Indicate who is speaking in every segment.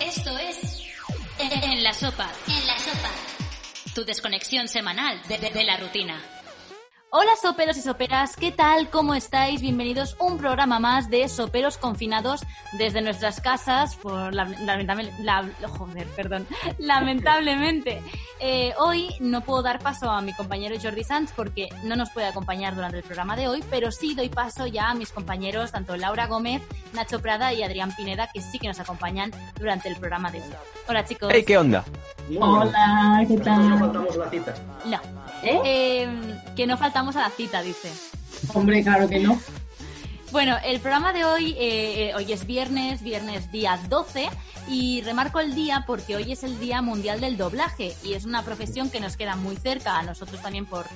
Speaker 1: Esto es En la Sopa. En la Sopa. Tu desconexión semanal de, de- de la rutina.
Speaker 2: Hola soperos y soperas, ¿qué tal? ¿Cómo estáis? Bienvenidos a un programa más de Soperos Confinados desde nuestras casas, por la- lamentable- la- joder, perdón, lamentablemente. Eh, hoy no puedo dar paso a mi compañero Jordi Sanz porque no nos puede acompañar durante el programa de hoy, pero sí doy paso ya a mis compañeros, tanto Laura Gómez, Nacho Prada y Adrián Pineda, que sí que nos acompañan durante el programa de hoy. Hola chicos.
Speaker 3: Hey, ¿qué onda?
Speaker 4: Hola, ¿qué
Speaker 5: Nosotros no
Speaker 4: tal?
Speaker 5: faltamos la cita.
Speaker 2: No.
Speaker 4: ¿Eh?
Speaker 2: Eh, que no faltamos a la cita, dice.
Speaker 4: Hombre, claro que no.
Speaker 2: Bueno, el programa de hoy, eh, eh, hoy es viernes, viernes día 12, y remarco el día porque hoy es el Día Mundial del Doblaje, y es una profesión que nos queda muy cerca a nosotros también por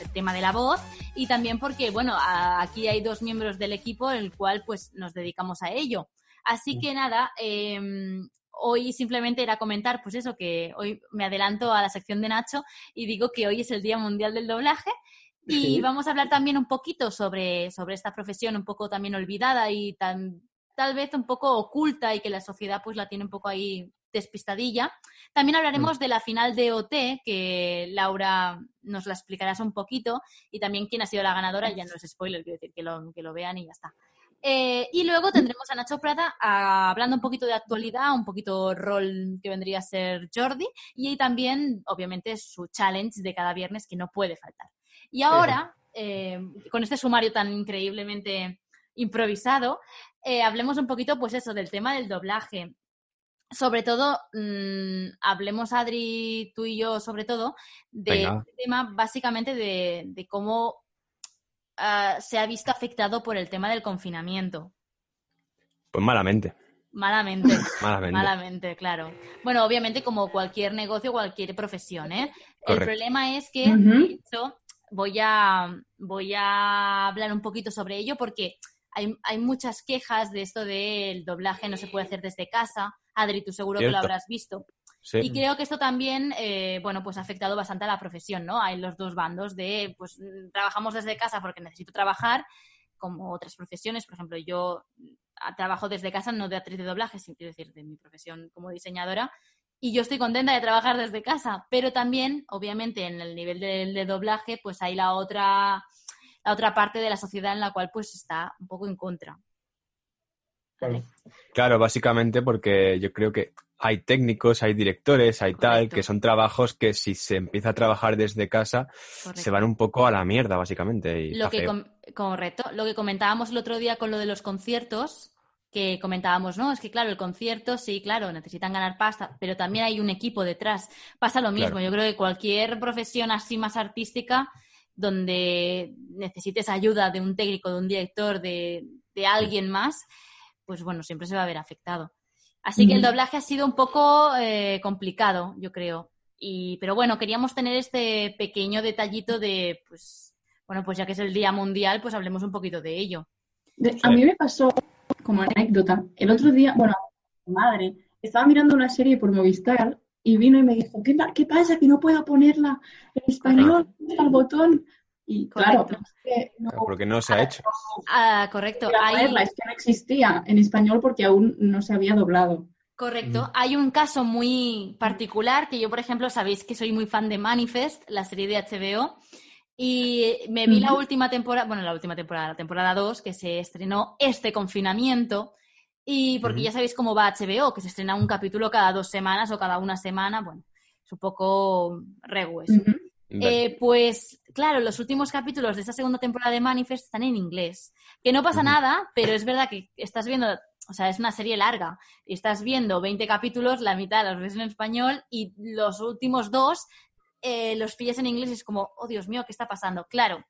Speaker 2: el tema de la voz, y también porque, bueno, a- aquí hay dos miembros del equipo, el cual pues nos dedicamos a ello. Así que nada, eh, hoy simplemente era comentar, pues eso, que hoy me adelanto a la sección de Nacho y digo que hoy es el Día Mundial del Doblaje. Y
Speaker 5: Sí.
Speaker 2: vamos a hablar también un poquito sobre, sobre esta profesión, un poco también olvidada y tan, tal vez un poco oculta y que la sociedad pues la tiene un poco ahí despistadilla. También hablaremos de la final de OT, que Laura nos la explicarás un poquito y también quién ha sido la ganadora, ya no es spoiler, quiero decir que lo, que lo vean y ya está. Eh, y luego tendremos a Nacho Prada ah, hablando un poquito de actualidad, un poquito rol que vendría a ser Jordi y ahí también, obviamente, su challenge de cada viernes que no puede faltar. Y ahora, eh, con este sumario tan increíblemente improvisado, eh, hablemos un poquito, pues eso, del tema del doblaje. Sobre todo, mm, hablemos, Adri, tú y yo, sobre todo, de
Speaker 3: Venga.
Speaker 2: este tema básicamente de, de cómo ah, se ha visto afectado por el tema del confinamiento.
Speaker 3: Pues malamente,
Speaker 2: Malamente.
Speaker 3: malamente.
Speaker 2: Malamente, claro. Bueno, obviamente como cualquier negocio, cualquier profesión, ¿eh?
Speaker 3: Correcto.
Speaker 2: El problema es que,
Speaker 4: Ujú.
Speaker 2: de hecho, voy a, voy a hablar un poquito sobre ello porque hay, hay muchas quejas de esto del doblaje, no se puede hacer desde casa. Adri, tú seguro que lo
Speaker 3: Cierto.
Speaker 2: habrás visto.
Speaker 3: Sí.
Speaker 2: Y creo que esto también, eh, bueno, pues ha afectado bastante a la profesión, ¿no? Hay los dos bandos de, pues, mm, trabajamos desde casa porque necesito trabajar, como otras profesiones, por ejemplo, yo mm, a- trabajo desde casa, no de actriz de doblaje, sin quiero decir, de mi profesión como diseñadora, y yo estoy contenta de trabajar desde casa, pero también, obviamente, en el nivel de, de doblaje, pues hay la otra, la otra parte de la sociedad en la cual, pues, está un poco en contra.
Speaker 5: Claro.
Speaker 3: Claro, básicamente porque yo creo que hay técnicos, hay directores, hay tal,
Speaker 2: Correcto.
Speaker 3: que son trabajos que si se empieza a trabajar desde casa se
Speaker 2: Correcto.
Speaker 3: van un poco a la mierda, básicamente. Y
Speaker 2: Lo
Speaker 3: está
Speaker 2: que
Speaker 3: feo.
Speaker 2: com- correcto, lo que comentábamos el otro día con lo de los conciertos, que comentábamos, ¿no? Es que claro, el concierto, sí, claro, necesitan ganar pasta, pero también hay un equipo detrás. Pasa lo mismo,
Speaker 3: Claro.
Speaker 2: yo creo que cualquier profesión así más artística, donde necesites ayuda de un técnico, de un director, de, de alguien más, pues bueno, siempre se va a ver afectado. Así que el
Speaker 4: Ujú.
Speaker 2: doblaje ha sido un poco eh, complicado, yo creo. Y, pero bueno, queríamos tener este pequeño detallito de, pues, bueno, pues ya que es el Día Mundial, pues hablemos un poquito de ello.
Speaker 4: De- a mí me pasó como anécdota. El otro día, bueno, madre, estaba mirando una serie por Movistar y vino y me dijo, ¿qué, pa- qué pasa? Que no puedo ponerla en español, al botón. Y claro,
Speaker 2: Correcto.
Speaker 4: es que no
Speaker 3: Claro, Porque no se ha hecho.
Speaker 2: Ah, correcto.
Speaker 4: podía
Speaker 2: hay-
Speaker 4: ponerla, es que no existía en español porque aún no se había doblado.
Speaker 2: Correcto.
Speaker 3: Ujú.
Speaker 2: Hay un caso muy particular que yo, por ejemplo, sabéis que soy muy fan de Manifest, la serie de HBO, y me vi la
Speaker 4: Ujú.
Speaker 2: última temporada, bueno, la última temporada, la temporada 2, que se estrenó este confinamiento, y porque
Speaker 3: Ujú.
Speaker 2: ya sabéis cómo va HBO, que se estrena un capítulo cada dos semanas o cada una semana, bueno, es un poco regu eso.
Speaker 4: Ujú.
Speaker 3: Vale.
Speaker 2: Eh, pues claro, los últimos capítulos de esta segunda temporada de Manifest están en inglés. Que no pasa
Speaker 3: Ujú.
Speaker 2: nada, pero es verdad que estás viendo, o sea, es una serie larga. Y estás viendo 20 capítulos, la mitad los ves en español y los últimos dos eh, los pillas en inglés y es como, oh Dios mío, ¿qué está pasando? Claro,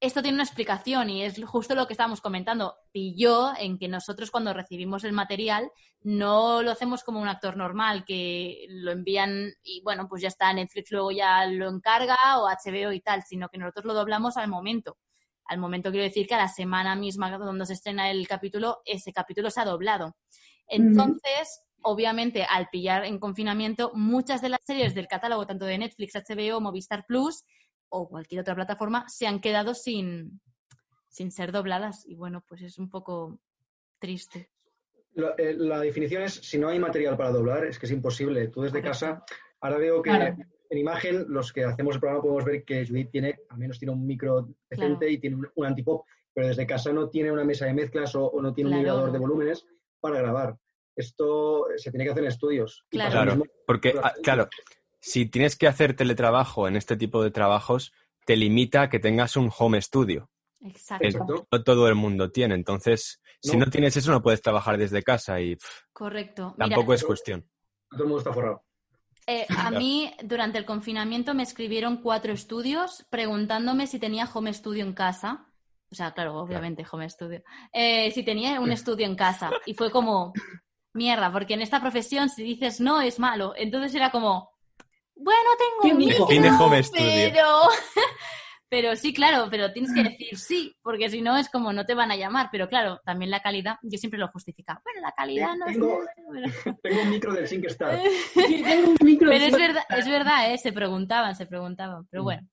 Speaker 2: esto tiene una explicación y es justo lo que estábamos comentando. Pilló en que nosotros cuando recibimos el material no lo hacemos como un actor normal, que lo envían y bueno, pues ya está, Netflix luego ya lo encarga o HBO y tal, sino que nosotros lo doblamos al momento. Al momento quiero decir que a la semana misma cuando se estrena el capítulo, ese capítulo se ha doblado. Entonces, obviamente, al pillar en confinamiento, muchas de las series del catálogo, tanto de Netflix, HBO, Movistar Plus o cualquier otra plataforma, se han quedado sin, sin ser dobladas. Y bueno, pues es un poco triste.
Speaker 6: la, eh, la definición es, si no hay material para doblar, es que es imposible. Tú desde casa, ahora veo que
Speaker 4: Claro.
Speaker 6: en imagen, los que hacemos el programa podemos ver que Judith tiene, al menos tiene un micro decente
Speaker 2: Claro.
Speaker 6: y tiene un, un antipop, pero desde casa no tiene una mesa de mezclas o, o no tiene un
Speaker 2: Claro,
Speaker 6: nivelador
Speaker 2: no.
Speaker 6: de volúmenes para grabar. Esto se tiene que hacer en estudios. Y
Speaker 2: Claro.
Speaker 6: pasa lo
Speaker 3: Claro.
Speaker 6: mismo-
Speaker 3: Porque, ah, claro, si tienes que hacer teletrabajo en este tipo de trabajos, te limita a que tengas un home studio.
Speaker 2: Exacto.
Speaker 3: Es-
Speaker 6: Exacto.
Speaker 3: No todo el mundo tiene. Entonces, si
Speaker 6: No.
Speaker 3: no tienes eso, no puedes trabajar desde casa y pff,
Speaker 2: Correcto. Mira,
Speaker 3: tampoco es cuestión.
Speaker 6: Todo el mundo está forrado.
Speaker 2: eh, a mí durante el confinamiento me escribieron cuatro estudios preguntándome si tenía home studio en casa. O sea, claro, obviamente home studio. Eh, si tenía un estudio en casa. Y fue como, mierda, porque en esta profesión si dices no es malo. Entonces era como, bueno, tengo un
Speaker 4: Qué
Speaker 2: micro,
Speaker 4: mijo.
Speaker 3: Define home studio.
Speaker 2: pero... Pero sí, claro, pero tienes que decir sí, porque si no es como no te van a llamar. Pero claro, también la calidad, yo siempre lo justificaba. Bueno, la calidad no es...
Speaker 6: Tengo-
Speaker 2: mala, pero-
Speaker 6: Tengo un micro del SingStar.
Speaker 4: Sí, tengo un micro.
Speaker 2: Pero es
Speaker 4: sí.
Speaker 2: verdad, es verdad, ¿eh? se preguntaban, se preguntaban, pero bueno.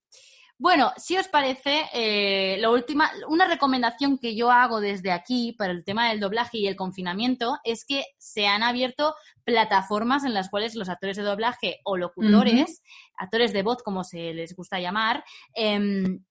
Speaker 2: Bueno, si os parece, eh, lo última, una recomendación que yo hago desde aquí para el tema del doblaje y el confinamiento es que se han abierto plataformas en las cuales los actores de doblaje o locutores, actores de voz como se les gusta llamar, em,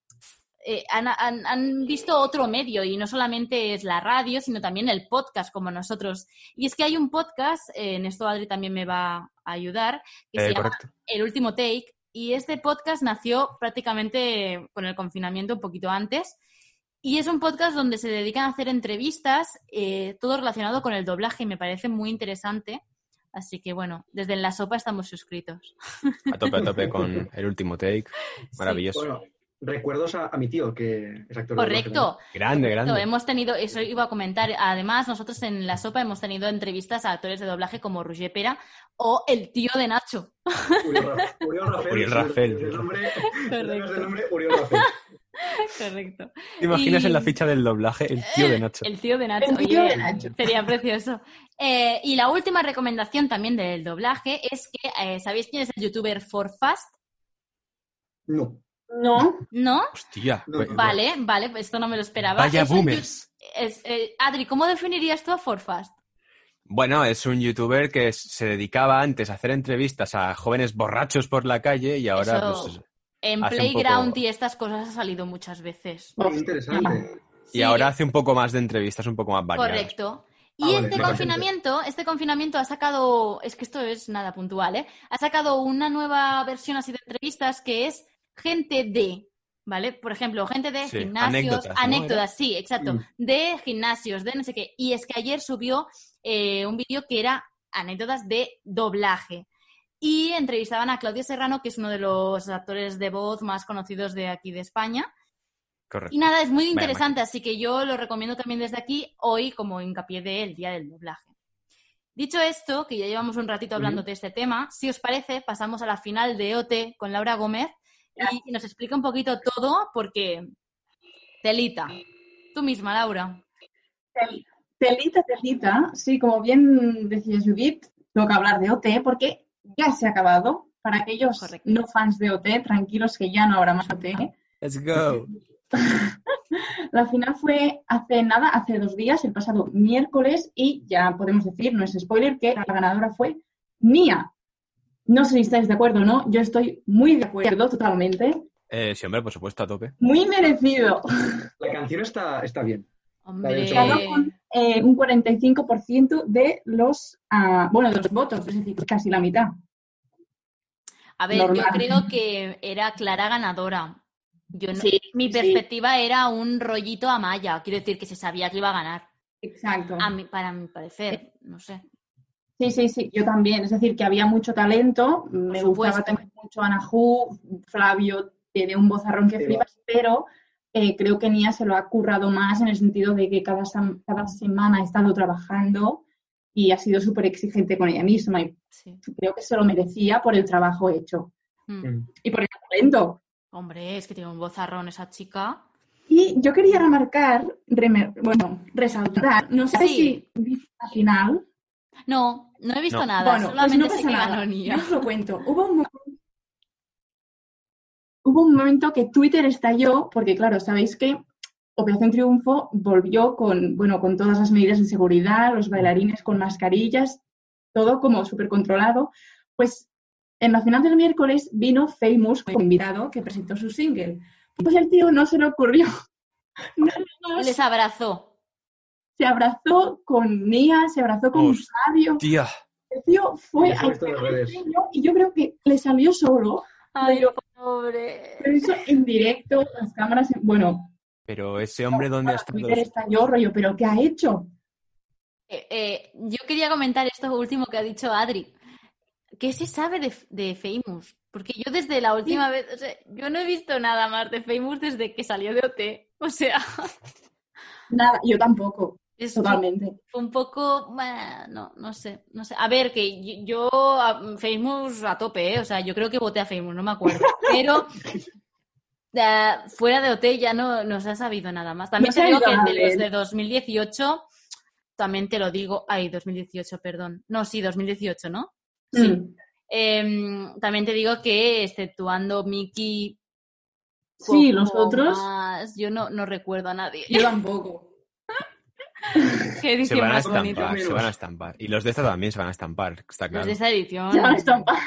Speaker 2: eh, han, han- han visto otro medio y no solamente es la radio, sino también el podcast como nosotros. Y es que hay un podcast, eh, en esto Adri también me va a ayudar, que se
Speaker 3: Eh,
Speaker 2: llama
Speaker 3: correcto.
Speaker 2: el último take. Y este podcast nació prácticamente con el confinamiento un poquito antes. Y es un podcast donde se dedican a hacer entrevistas, eh, todo relacionado con el doblaje y me parece muy interesante. Así que bueno, desde En la Sopa estamos suscritos.
Speaker 3: A tope, a tope con el último take. Maravilloso.
Speaker 6: Bueno, recuerdos a, a mi tío, que es actor de doblaje
Speaker 2: Correcto.
Speaker 3: Grande,
Speaker 2: Correcto,
Speaker 3: grande.
Speaker 2: Hemos tenido, eso iba a comentar, además nosotros en La Sopa hemos tenido entrevistas a actores de doblaje como Roger Pera o el tío de Nacho.
Speaker 6: también. Uriel Ra-
Speaker 3: Uriel
Speaker 6: Uriel Rafel. si
Speaker 3: Rafel.
Speaker 6: es el nombre- si es el
Speaker 2: Correcto,
Speaker 6: nombre, Uriel Rafel.
Speaker 2: correcto.
Speaker 3: ¿Te imaginas en la
Speaker 2: y-
Speaker 3: ficha del doblaje el tío de Nacho?
Speaker 2: El tío de Nacho.
Speaker 4: El tío
Speaker 2: oye,
Speaker 4: de Nacho.
Speaker 2: Sería precioso. Eh, y la última recomendación también del doblaje es que, eh, ¿sabéis quién es el youtuber ForFast?
Speaker 6: No.
Speaker 4: No,
Speaker 2: ¿No?
Speaker 3: Hostia.
Speaker 6: No,
Speaker 3: pues-
Speaker 2: Vale, vale, pues esto no me lo esperaba.
Speaker 3: Vaya
Speaker 2: Es un
Speaker 3: boomers.
Speaker 2: yu- es, eh, Adri, ¿cómo definirías tú a ForFast?
Speaker 3: Bueno, es un youtuber que s- se dedicaba antes a hacer entrevistas a jóvenes borrachos por la calle y ahora
Speaker 2: Eso.
Speaker 3: pues,
Speaker 2: En
Speaker 3: Hace un
Speaker 2: Playground
Speaker 3: poco-
Speaker 2: y estas cosas ha salido muchas veces.
Speaker 6: Qué interesante.
Speaker 3: y
Speaker 2: Sí.
Speaker 3: ahora hace un poco más de entrevistas, un poco más variadas.
Speaker 2: Correcto. Y
Speaker 6: Ah, vale,
Speaker 2: este
Speaker 6: sí,
Speaker 2: confinamiento, este confinamiento ha sacado, es que esto es nada puntual, ¿eh? Ha sacado una nueva versión así de entrevistas que es gente de, ¿vale? Por ejemplo, gente de
Speaker 3: Sí,
Speaker 2: gimnasios,
Speaker 3: anécdotas,
Speaker 2: anécdotas,
Speaker 3: ¿no?
Speaker 2: sí, exacto,
Speaker 6: Mm.
Speaker 2: de gimnasios, de no sé qué. Y es que ayer subió eh, un vídeo que era anécdotas de doblaje. Y entrevistaban a Claudio Serrano, que es uno de los actores de voz más conocidos de aquí de España.
Speaker 3: Correcto.
Speaker 2: Y nada, es muy
Speaker 3: Vaya
Speaker 2: interesante, así que yo lo recomiendo también desde aquí, hoy como hincapié del Día del Doblaje. Dicho esto, que ya llevamos un ratito hablando de este tema, si os parece, pasamos a la final de OT con Laura Gómez y nos explica un poquito todo porque telita. Tú misma, Laura.
Speaker 4: tel- telita, telita. Sí, como bien decía Judith, toca hablar de OT porque ya se ha acabado. Para aquellos
Speaker 2: Correcto.
Speaker 4: no fans de OT, tranquilos que ya no habrá más OT.
Speaker 3: Let's go.
Speaker 4: La final fue hace nada, hace dos días, el pasado miércoles, y ya podemos decir, no es spoiler, que la ganadora fue Nia. No sé si estáis de acuerdo o no, yo estoy muy de acuerdo totalmente.
Speaker 3: Eh, sí, hombre, por supuesto, a tope.
Speaker 4: Muy merecido.
Speaker 6: La canción está, está bien.
Speaker 2: Hombre,
Speaker 4: Ganó con eh, un 45% de los, ah, bueno, de los votos, es decir, casi la mitad.
Speaker 2: a ver, yo
Speaker 4: normal.
Speaker 2: creo que era clara ganadora. Yo no- mi
Speaker 4: sí.
Speaker 2: perspectiva era un rollito a Maya, quiero decir que se sabía que iba a ganar.
Speaker 4: Exacto.
Speaker 2: A mi- para mi parecer, no sé.
Speaker 4: Sí, sí, sí, yo también. Es decir, que había mucho talento. Me
Speaker 2: supuesto.
Speaker 4: gustaba también mucho Anahu, Flavio tiene un bozarrón que
Speaker 6: Sí.
Speaker 4: flipas, pero eh, creo que Nia se lo ha currado más en el sentido de que cada, sem- cada
Speaker 2: Mm.
Speaker 4: semana ha estado trabajando y ha sido súper exigente con ella misma y
Speaker 2: Sí.
Speaker 4: creo que se lo merecía por el trabajo hecho
Speaker 2: Mm.
Speaker 6: Mm.
Speaker 4: y por el talento.
Speaker 2: Hombre, es que tiene un bozarrón esa chica.
Speaker 4: Y yo quería remarcar, remer- bueno, resaltar, no sé
Speaker 2: Sí.
Speaker 4: si viste la final,
Speaker 2: No, no he visto
Speaker 3: No.
Speaker 2: nada,
Speaker 4: Bueno, pues
Speaker 2: solamente
Speaker 4: no
Speaker 2: sé
Speaker 4: pasa
Speaker 2: que
Speaker 4: nada.
Speaker 2: ganó Nia.
Speaker 4: Yo os lo cuento. Hubo un, mo- hubo un momento que Twitter estalló, porque claro, sabéis que Operación Triunfo volvió con, bueno, con todas las medidas de seguridad, los bailarines con mascarillas, todo como súper controlado. Pues en la final del miércoles vino Famous como invitado que presentó su single. Pues el tío no se le ocurrió nada más.
Speaker 2: Les abrazó.
Speaker 4: Se abrazó con Nia, se abrazó con Fabio.
Speaker 3: Tía.
Speaker 4: El tío fue
Speaker 6: Eso he
Speaker 4: al
Speaker 6: visto en las redes.
Speaker 4: premio y yo creo que le salió solo.
Speaker 2: Ay,
Speaker 4: Pero-
Speaker 2: pobre.
Speaker 4: Pero eso en directo, las cámaras, en- bueno,
Speaker 3: Pero ese hombre, ¿dónde ha estado?
Speaker 4: Twitter estalló rollo, pero ¿qué ha hecho?
Speaker 2: Eh, eh, yo quería comentar esto último que ha dicho Adri. ¿Qué se sabe de, de Famous? Porque yo desde la última vez, o sea, yo no he visto nada más de Famous desde que salió de OT. O sea,
Speaker 4: Nada, yo tampoco,
Speaker 2: es que
Speaker 4: totalmente.
Speaker 2: fue un poco, bah, no, no sé, no sé. A ver, que yo, yo a- Famous a tope, ¿eh? o sea, yo creo que voté a Famous, no me acuerdo. Pero ah, fuera de OT ya no, no se ha sabido nada más. También
Speaker 4: No se
Speaker 2: te
Speaker 4: ha
Speaker 2: digo
Speaker 4: ido
Speaker 2: que
Speaker 4: nada
Speaker 2: de
Speaker 4: de
Speaker 2: los
Speaker 4: él.
Speaker 2: de 2018, también te lo digo, ay, 2018, perdón. No, sí, 2018, ¿no? Sí.
Speaker 4: Mm,
Speaker 2: Em, también te digo que exceptuando Mickey.
Speaker 4: Sí,
Speaker 2: poco
Speaker 4: los otros,
Speaker 2: más, yo no, no recuerdo a nadie.
Speaker 4: yo tampoco.
Speaker 2: Qué
Speaker 3: Se
Speaker 2: edición
Speaker 3: van a
Speaker 2: más bonita.
Speaker 3: estampar, se van a estampar. Y los de esta también se van a estampar, está
Speaker 2: Los
Speaker 3: claro.
Speaker 2: de esta Pues edición.
Speaker 4: Ya me estampa.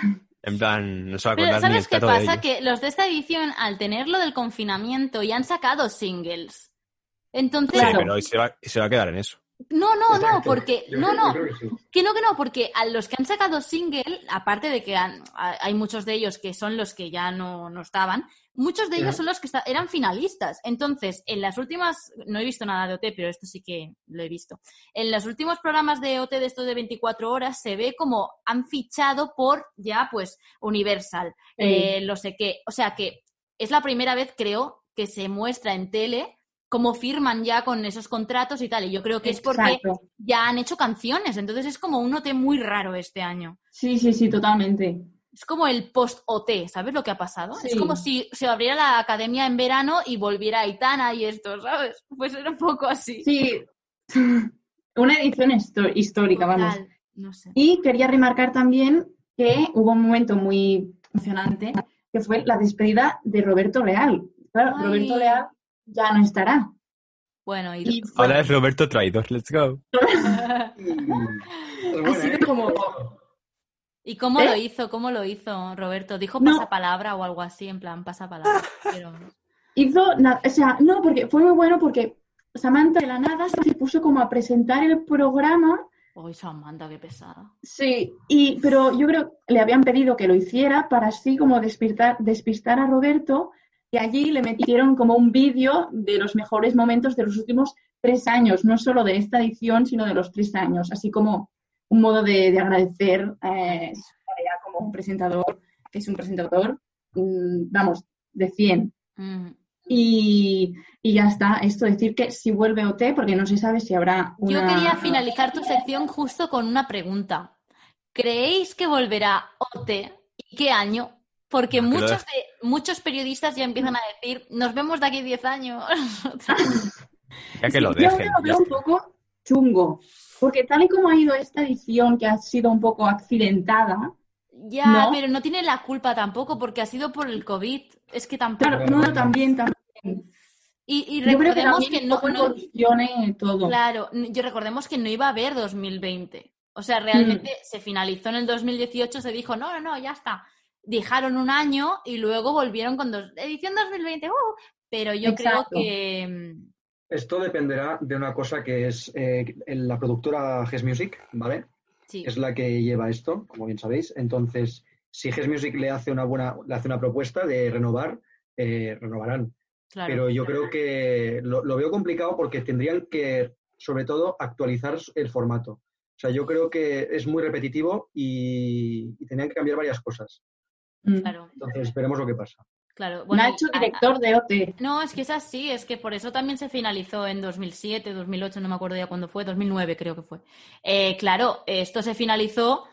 Speaker 3: En plan, no se va a
Speaker 2: Pero
Speaker 3: acordar ni el
Speaker 2: ¿sabes qué
Speaker 3: tato de
Speaker 2: pasa?
Speaker 3: ello.
Speaker 2: Que los de esta edición, al tenerlo del confinamiento, ya han sacado singles. Entonces,
Speaker 3: Sí,
Speaker 4: Claro.
Speaker 3: pero hoy se va, se va a quedar en eso.
Speaker 2: no, no, no,
Speaker 6: Exacto.
Speaker 2: porque,
Speaker 6: Yo
Speaker 2: no,
Speaker 6: creo-
Speaker 2: no,
Speaker 6: yo creo que sí.
Speaker 2: Que no, que no, porque a los que han sacado single, aparte de que han- a- hay muchos de ellos que son los que ya no, no estaban, muchos de ellos
Speaker 6: Claro.
Speaker 2: son los que esta- eran finalistas. Entonces, en las últimas, no he visto nada de OT, pero esto sí que lo he visto. En los últimos programas de OT de estos de 24 horas se ve como han fichado por ya, pues, Universal, eh, lo sé qué. O sea que es la primera vez, creo, que se muestra en tele cómo firman ya con esos contratos y tal. Y yo creo que es porque
Speaker 4: Exacto.
Speaker 2: ya han hecho canciones, entonces es como un OT muy raro este año.
Speaker 4: Sí, sí, sí, totalmente.
Speaker 2: Es como el post-OT, ¿sabes lo que ha pasado?
Speaker 4: Sí.
Speaker 2: Es como si se abriera la academia en verano y volviera Aitana y esto, ¿sabes? Pues era un poco así.
Speaker 4: Sí, una edición histo- histórica, vamos.
Speaker 2: Total, No sé.
Speaker 4: Y quería remarcar también que hubo un momento muy emocionante, que fue la despedida de Roberto Leal. Claro,
Speaker 2: Ay.
Speaker 4: Roberto Leal ya no estará.
Speaker 2: Bueno, y...
Speaker 4: Y
Speaker 3: Ahora es Roberto Traidor, let's go.
Speaker 6: Mm. Es
Speaker 4: ha
Speaker 6: buena,
Speaker 4: sido
Speaker 6: ¿eh?
Speaker 4: como...
Speaker 2: ¿Y cómo
Speaker 4: ¿Eh?
Speaker 2: lo hizo? ¿Cómo lo hizo Roberto? ¿Dijo
Speaker 4: No.
Speaker 2: pasapalabra o algo así? En plan, pasapalabra. Pero...
Speaker 4: Hizo... na- O sea, no, porque fue muy bueno porque Samantha de la nada se puso como a presentar el programa
Speaker 2: Uy, Samantha, qué pesada.
Speaker 4: Sí, y, pero yo creo que le habían pedido que lo hiciera para así como despistar, despistar a Roberto y allí le metieron como un vídeo de los mejores momentos de los últimos tres años, no solo de esta edición, sino de los tres años, así como un modo de, de agradecer eh, su tarea como un presentador, que es un presentador, mm, vamos, de 100.
Speaker 2: Mm.
Speaker 4: Y, y ya está, esto decir que si vuelve OT, porque no se sabe si habrá
Speaker 2: Yo
Speaker 4: una...
Speaker 2: quería finalizar tu sección justo con una pregunta. ¿Creéis que volverá OT y qué año? Porque
Speaker 3: Bueno, que lo
Speaker 2: muchos, de- muchos periodistas ya empiezan a decir, nos vemos de aquí 10 años.
Speaker 3: Ya que
Speaker 4: Sí,
Speaker 3: lo
Speaker 4: yo
Speaker 3: dejen.
Speaker 4: lo
Speaker 3: ya
Speaker 4: veo un
Speaker 3: está.
Speaker 4: poco chungo, porque tal y como ha ido esta edición, que ha sido un poco accidentada,
Speaker 2: ya,
Speaker 4: No.
Speaker 2: pero no tiene la culpa tampoco porque ha sido por el COVID. Es que tampoco.
Speaker 4: claro, no, también, también.
Speaker 2: Y, y
Speaker 4: Yo creo que
Speaker 2: recordemos
Speaker 4: también
Speaker 2: que, no,
Speaker 4: poco
Speaker 2: no-
Speaker 4: evolucione todo.
Speaker 2: Claro, n- yo recordemos que no iba a haber 2020. O sea, realmente
Speaker 6: Mm.
Speaker 2: se finalizó en el 2018, se dijo, no, no, no, ya está. Dejaron un año y luego volvieron con dos, edición 2020. ¡uh! Pero yo
Speaker 4: Exacto.
Speaker 2: creo que... mm,
Speaker 6: Esto dependerá de una cosa que es eh, la productora Ges Music, ¿vale?
Speaker 2: Sí,
Speaker 6: es la que lleva esto, como bien sabéis. Entonces, si Ges Music le hace una buena, le hace una propuesta de renovar, eh, renovarán.
Speaker 2: claro.
Speaker 6: Pero yo creo que lo, lo veo complicado porque tendrían que, sobre todo, actualizar el formato. O sea, yo creo que es muy repetitivo y, y tendrían que cambiar varias cosas.
Speaker 4: Mm.
Speaker 2: Claro,
Speaker 6: Entonces, veremos lo que pasa.
Speaker 2: claro. Bueno,
Speaker 4: Nacho,
Speaker 2: a-
Speaker 4: director de OT.
Speaker 2: No, es que es así, es que por eso también se finalizó en 2007, 2008, no me acuerdo ya cuándo fue, 2009 creo que fue. Eh, claro, esto se finalizó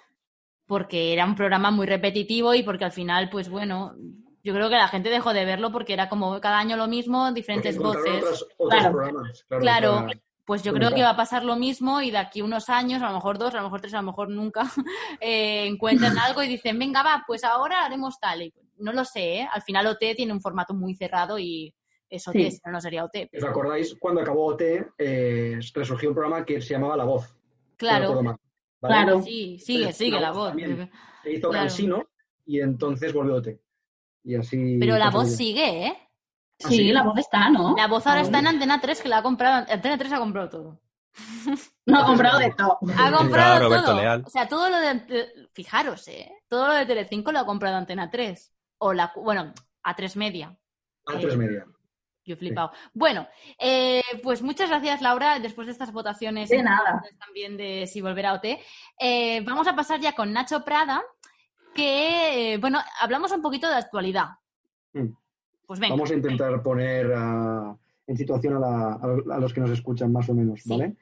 Speaker 2: porque era un programa muy repetitivo y porque al final, pues bueno, yo creo que la gente dejó de verlo porque era como cada año lo mismo,
Speaker 6: Porque
Speaker 2: diferentes
Speaker 6: encontraron
Speaker 2: voces.
Speaker 6: otras- otros
Speaker 4: Claro.
Speaker 6: programas. Claro.
Speaker 2: Claro.
Speaker 6: o sea,
Speaker 2: Pues yo
Speaker 6: Pues
Speaker 2: creo
Speaker 6: nada.
Speaker 2: que va a pasar lo mismo y de aquí unos años, a lo mejor dos, a lo mejor tres, a lo mejor nunca, eh, encuentran algo y dicen, venga, va, pues ahora haremos tal. Y no lo sé, ¿eh? al final OT tiene un formato muy cerrado y Es OT, si no, no sería OT.
Speaker 6: ¿Os acordáis cuando acabó OT? eh, resurgió un programa que se llamaba La Voz. no
Speaker 2: Claro,
Speaker 6: recuerdo mal, ¿vale?
Speaker 4: Claro.
Speaker 2: sí, sigue,
Speaker 6: Entonces,
Speaker 2: sigue la voz.
Speaker 6: también. Se hizo
Speaker 2: Claro.
Speaker 6: Cansino y entonces volvió OT. Y así.
Speaker 2: Pero la voz
Speaker 6: contribuyó.
Speaker 2: sigue, ¿eh?
Speaker 6: Ah,
Speaker 4: Sí,
Speaker 6: sí.
Speaker 4: la voz está, ¿no?
Speaker 2: La voz ahora
Speaker 6: Ah,
Speaker 2: está en Antena 3, que la ha comprado. Antena 3 ha comprado todo.
Speaker 4: No, ha comprado de todo.
Speaker 2: Ha comprado
Speaker 3: Roberto
Speaker 2: todo.
Speaker 3: Leal.
Speaker 2: O sea, todo lo de. Ante- Fijaros, ¿eh? Todo lo de Telecinco lo ha comprado Antena 3. O la. cu- Bueno, a 3 media.
Speaker 6: A tres media.
Speaker 2: Yo he flipado. Bueno, eh, pues muchas gracias, Laura. Después de estas votaciones
Speaker 4: De nada.
Speaker 2: también de si volverá OT, eh, vamos a pasar ya con Nacho Prada, que, eh, bueno, hablamos un poquito de actualidad.
Speaker 6: Mm.
Speaker 2: Pues venga.
Speaker 6: Vamos a intentar poner a- en situación a, la- a- a los que nos escuchan más o menos,
Speaker 2: Sí.
Speaker 6: ¿vale?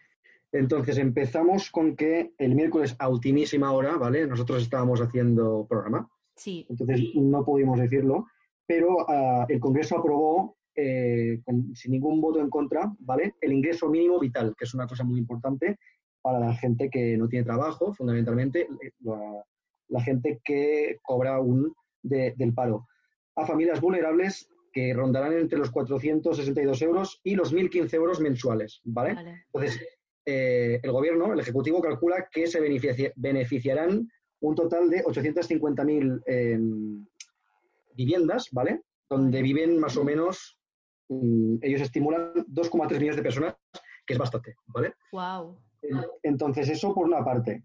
Speaker 6: Entonces empezamos con que el miércoles a ultimísima hora, ¿vale? Nosotros estábamos haciendo programa,
Speaker 2: Sí,
Speaker 6: entonces no pudimos decirlo, pero ah, el Congreso aprobó eh, con- sin ningún voto en contra, ¿vale? El ingreso mínimo vital, que es una cosa muy importante para la gente que no tiene trabajo, fundamentalmente eh, la, la gente que cobra un de- del paro. A familias vulnerables que rondarán entre los 462 euros y los 1.015 euros mensuales, ¿vale?
Speaker 2: vale.
Speaker 6: Entonces, eh, el gobierno, el Ejecutivo, calcula que se benefici- beneficiarán un total de 850.000 eh, viviendas, ¿vale? Donde viven más o menos, mm, ellos estimulan 2,3 millones de personas, que es bastante, ¿vale?
Speaker 2: Wow.
Speaker 6: Entonces, eso por una parte.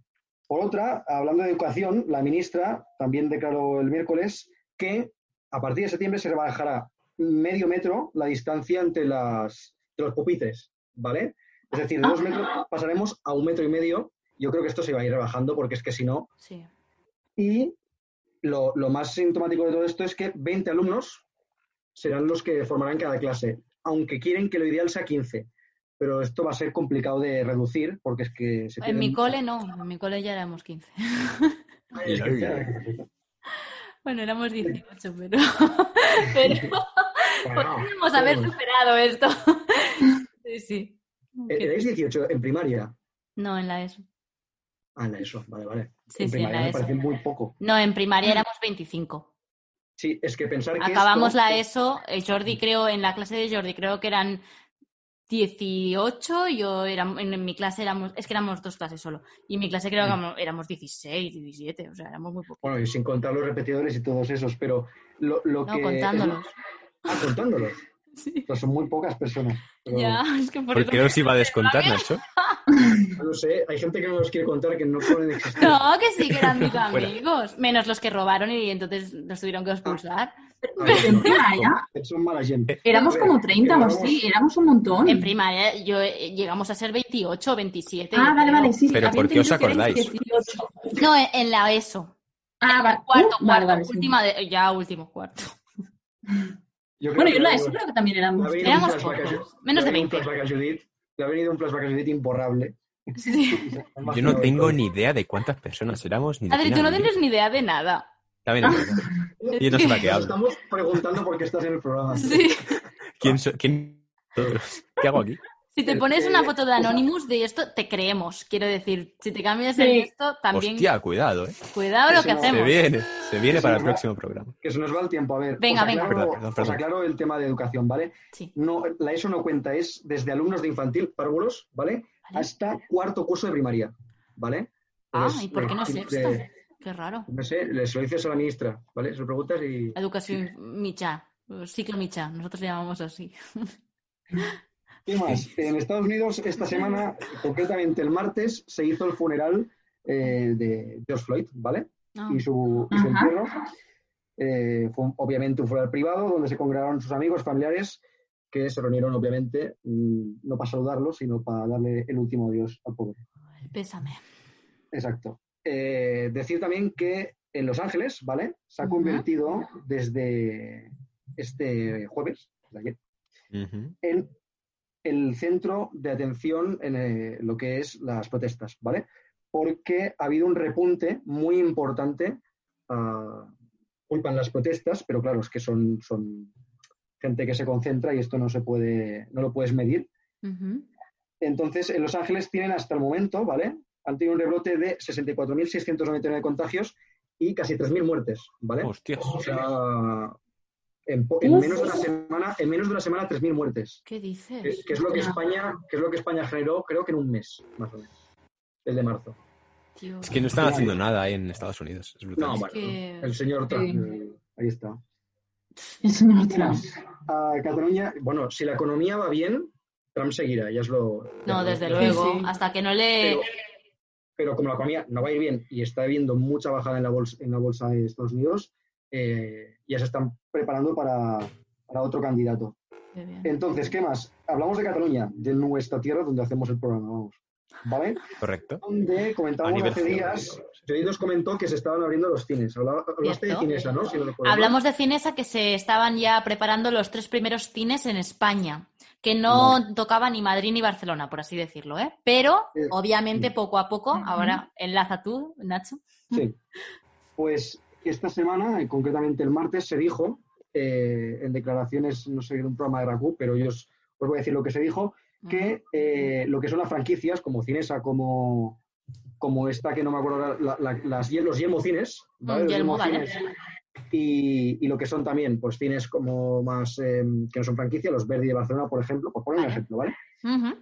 Speaker 6: Por otra, hablando de educación, la ministra también declaró el miércoles que a partir de septiembre se rebajará medio metro la distancia entre las, entre los pupitres, ¿vale? Es decir, de dos metros pasaremos a un metro y medio. Yo creo que esto se va a ir rebajando porque es que si no...
Speaker 2: Sí.
Speaker 6: Y lo, lo más sintomático de todo esto es que 20 alumnos serán los que formarán cada clase, aunque quieren que lo ideal sea 15. Pero esto va a ser complicado de reducir porque es que se
Speaker 2: En mi
Speaker 6: pierden-
Speaker 2: cole no, en mi cole ya éramos 15.
Speaker 6: Ay, es que-
Speaker 2: Bueno, éramos 18, pero. pero
Speaker 6: Bueno, Eh,
Speaker 2: podríamos haber
Speaker 6: pues,
Speaker 2: superado esto. Sí, sí.
Speaker 6: ¿Erais 18 en primaria?
Speaker 2: No, en la ESO.
Speaker 6: Ah, en la ESO, vale, vale.
Speaker 2: Sí,
Speaker 6: en
Speaker 2: sí, en
Speaker 6: primaria
Speaker 2: la
Speaker 6: me
Speaker 2: ESO.
Speaker 6: parece muy poco.
Speaker 2: No, en primaria éramos 25.
Speaker 6: Sí, es que pensar que
Speaker 2: Acabamos
Speaker 6: esto- Mm.
Speaker 2: la ESO, el Jordi creo, en la clase de Jordi creo que eran 18, yo era, en, en mi clase éramos, es que éramos dos clases solo, y en mi clase creo que
Speaker 6: Mm.
Speaker 2: éramos, éramos 16, 17, o sea, éramos muy pocos.
Speaker 6: Bueno, y sin contar los repetidores y todos esos, pero lo, lo
Speaker 2: No,
Speaker 6: que...
Speaker 2: contándolos.
Speaker 6: Ah, contándolos.
Speaker 2: Sí.
Speaker 6: Pero son muy pocas personas. Pero,
Speaker 2: Ya, es que por
Speaker 3: ¿Por qué os iba a descontar, Nacho?
Speaker 6: No lo sé, hay gente que no los quiere contar que no pueden existir.
Speaker 2: No, que sí que eran mis
Speaker 3: Fuera.
Speaker 2: amigos, menos los que robaron y entonces nos tuvieron que expulsar.
Speaker 4: Ah.
Speaker 6: A ver,
Speaker 4: En
Speaker 6: no,
Speaker 4: primaria
Speaker 6: Son mala gente.
Speaker 4: éramos como 30 o así, éramos un montón.
Speaker 2: En primaria yo eh, llegamos a ser 28, 27.
Speaker 4: Ah,
Speaker 2: yo
Speaker 4: vale,
Speaker 2: creo.
Speaker 4: vale, sí.
Speaker 3: Pero
Speaker 4: había
Speaker 3: ¿por qué os
Speaker 4: entendido que erais
Speaker 3: acordáis?
Speaker 4: 18.
Speaker 2: No, en, en la ESO.
Speaker 4: Ah, va-
Speaker 2: Cuarto, cuarto,
Speaker 4: uh, vale, vale, sí.
Speaker 2: última de- ya último, cuarto.
Speaker 6: Yo creo
Speaker 4: Bueno, yo
Speaker 6: que
Speaker 4: en la
Speaker 6: ha
Speaker 4: ESO
Speaker 6: habido-
Speaker 4: creo que también
Speaker 6: le ha
Speaker 4: éramos.
Speaker 6: venido un
Speaker 2: Éramos
Speaker 6: flashback a
Speaker 2: pocos,
Speaker 6: Ju-
Speaker 2: menos
Speaker 6: le
Speaker 2: de
Speaker 6: ha venido un
Speaker 2: 20.
Speaker 6: flashback a Judith, le ha venido un flashback a Judith imborrable.
Speaker 2: Sí.
Speaker 3: Yo no tengo ni idea de cuántas personas éramos ni de
Speaker 2: Adri,
Speaker 3: quién
Speaker 2: tú no
Speaker 3: había.
Speaker 2: tienes ni idea de nada.
Speaker 3: También es verdad. Yo no sé la que
Speaker 6: Nos
Speaker 3: hablo.
Speaker 6: estamos preguntando por qué estás en el programa.
Speaker 2: Sí.
Speaker 3: ¿Quién, so- quién... ¿Qué hago aquí?
Speaker 2: Si te
Speaker 6: El
Speaker 2: pones
Speaker 6: que-
Speaker 2: una foto de Anonymous de esto, te creemos. Quiero decir, si te cambias el
Speaker 4: Sí.
Speaker 2: texto, también
Speaker 3: Hostia, cuidado, ¿eh?
Speaker 2: cuidado lo
Speaker 6: Sí,
Speaker 2: que
Speaker 6: no.
Speaker 3: Se
Speaker 2: hacemos.
Speaker 3: viene, se viene
Speaker 6: Sí,
Speaker 3: para
Speaker 6: sí,
Speaker 3: el
Speaker 6: no.
Speaker 3: próximo programa.
Speaker 6: Que se nos va el tiempo, a ver.
Speaker 2: Venga,
Speaker 6: os
Speaker 2: venga.
Speaker 6: aclaro-
Speaker 3: Perdón, perdón,
Speaker 6: os
Speaker 3: perdón.
Speaker 6: aclaro el tema de educación, ¿vale?
Speaker 2: Sí.
Speaker 6: No, la ESO no cuenta, es desde alumnos de infantil, párvulos, ¿vale?
Speaker 2: Vale.
Speaker 6: Hasta cuarto curso de primaria, ¿vale?
Speaker 2: Ah,
Speaker 6: Entonces,
Speaker 2: ¿y por qué no
Speaker 6: eh,
Speaker 2: sexto?
Speaker 6: eh,
Speaker 2: Qué raro.
Speaker 6: no sé, les lo dices a la ministra, ¿vale? Se lo preguntas y...
Speaker 2: Educación micha. Ciclo micha. Nosotros le llamamos así.
Speaker 6: ¿Qué más? En Estados Unidos, esta semana, concretamente el martes, se hizo el funeral eh, de George Floyd, ¿vale?
Speaker 2: No.
Speaker 6: Y su, y su
Speaker 4: Ajá.
Speaker 6: entierro. Eh, fue un- obviamente un funeral privado donde se congregaron sus amigos, familiares, que se reunieron, obviamente, mm, no para saludarlo, sino para darle el último adiós al pobre.
Speaker 2: Pésame.
Speaker 6: Exacto. Eh, decir también que en Los Ángeles, ¿vale? Se ha
Speaker 2: Ujú.
Speaker 6: convertido desde este jueves, de ayer,
Speaker 3: Ujú.
Speaker 6: en el centro de atención en eh, lo que es las protestas, ¿vale? Porque ha habido un repunte muy importante. ah, culpan las protestas, pero claro, es que son, son gente que se concentra y esto no se puede, no lo puedes medir.
Speaker 2: Ujú.
Speaker 6: Entonces, en Los Ángeles tienen hasta el momento, ¿vale? Han tenido un rebrote de ¿Eh? 64.699 contagios y casi 3.000 muertes, ¿vale?
Speaker 3: Hostias.
Speaker 6: O sea, En, po- en menos de una semana, en menos de una semana 3.000 muertes,
Speaker 2: ¿Qué dices?
Speaker 6: que, que es lo que
Speaker 2: Ah.
Speaker 6: España, que es lo que España generó, creo que en un mes, más o menos, desde marzo.
Speaker 2: Tío.
Speaker 3: Es que no están haciendo nada ahí en Estados Unidos. Es brutal.
Speaker 6: No,
Speaker 2: Es
Speaker 6: bueno,
Speaker 2: que-
Speaker 6: el señor Trump, eh, ahí está.
Speaker 4: El señor Trump.
Speaker 6: A Cataluña, bueno, si la economía va bien, Trump seguirá, ya es lo. ya
Speaker 2: No,
Speaker 6: lo-
Speaker 2: desde
Speaker 6: ya-
Speaker 2: luego.
Speaker 4: sí.
Speaker 2: Hasta que no le...
Speaker 6: Pero, pero como la economía no va a ir bien y está habiendo mucha bajada en la bolsa, en la bolsa de Estados Unidos, eh, ya se están preparando para, para otro candidato.
Speaker 2: Qué bien.
Speaker 6: Entonces, ¿qué más? Hablamos de Cataluña, de nuestra tierra donde hacemos el programa, vamos. ¿Vale?
Speaker 3: Correcto.
Speaker 6: Donde
Speaker 3: A
Speaker 6: comentábamos
Speaker 3: nivel
Speaker 6: hace días,
Speaker 3: geográfico.
Speaker 6: Judith nos comentó que se estaban abriendo los cines. Habla- Hablaste de
Speaker 2: Cierto.
Speaker 6: cinesa, ¿no? Si no recuerdo mal.
Speaker 2: Hablamos de Cinesa que se estaban ya preparando los tres primeros cines en España, que no tocaba ni Madrid ni Barcelona, por así decirlo, ¿eh? Pero,
Speaker 6: Eh,
Speaker 2: obviamente, poco a poco,
Speaker 4: Ujú.
Speaker 2: ahora enlaza tú, Nacho.
Speaker 6: Sí. Pues esta semana, eh, concretamente el martes, se dijo, eh, en declaraciones, no sé, de un programa de RACU, pero yo os, os voy a decir lo que se dijo, que eh, lo que son las franquicias, como Cinesa, como, como esta que no me acuerdo, ahora, la- la- las, Ye- los Yemo Cines, ¿vale?
Speaker 2: Mm,
Speaker 6: Los
Speaker 2: Yelmo, vale.
Speaker 6: Cines. Y, y lo que son también, pues cines como más, eh, que no son franquicia, los Verdi de Barcelona, por ejemplo, pues, por poner un
Speaker 2: Vale.
Speaker 6: ejemplo, ¿vale?
Speaker 2: Ujú.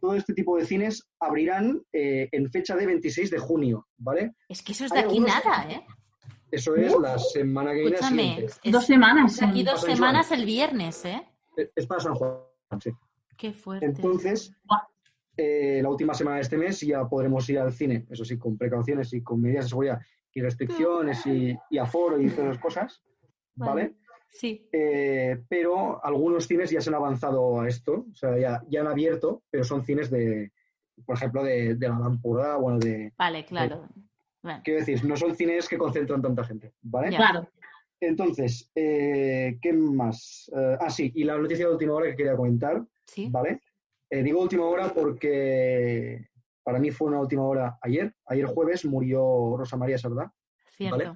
Speaker 6: Todo este tipo de cines abrirán eh, en fecha de 26 de junio, ¿vale?
Speaker 2: Es que eso es de
Speaker 6: Hay
Speaker 2: aquí
Speaker 6: algunos-
Speaker 2: nada, ¿eh?
Speaker 6: Eso es la semana que viene. la
Speaker 2: Escúchame.
Speaker 6: siguiente.
Speaker 2: es-
Speaker 4: Dos semanas.
Speaker 2: es de aquí
Speaker 4: son.
Speaker 2: dos
Speaker 6: Pasan
Speaker 2: semanas el viernes, ¿eh?
Speaker 6: Eh, Es para San Juan, sí.
Speaker 2: Qué fuerte.
Speaker 6: Entonces, eh, la última semana de este mes ya podremos ir al cine, eso sí, con precauciones y con medidas de seguridad y restricciones y, y aforo y todas esas cosas, ¿vale?
Speaker 2: Sí.
Speaker 6: Eh, pero algunos cines ya se han avanzado a esto, o sea, ya, ya han abierto, pero son cines de, por ejemplo, de, de la Lampurda, bueno, de...
Speaker 2: Vale, claro. Bueno,
Speaker 6: Quiero decir, no son cines que concentran tanta gente, ¿vale?
Speaker 2: Ya.
Speaker 4: Claro.
Speaker 6: Entonces, eh, ¿qué más? Eh, ah, sí, y la noticia de última hora que quería comentar,
Speaker 2: sí.
Speaker 6: ¿Vale? Eh, digo última hora porque para mí fue una última hora ayer. Ayer jueves murió Rosa María Sardá.
Speaker 2: Cierto.
Speaker 6: vale.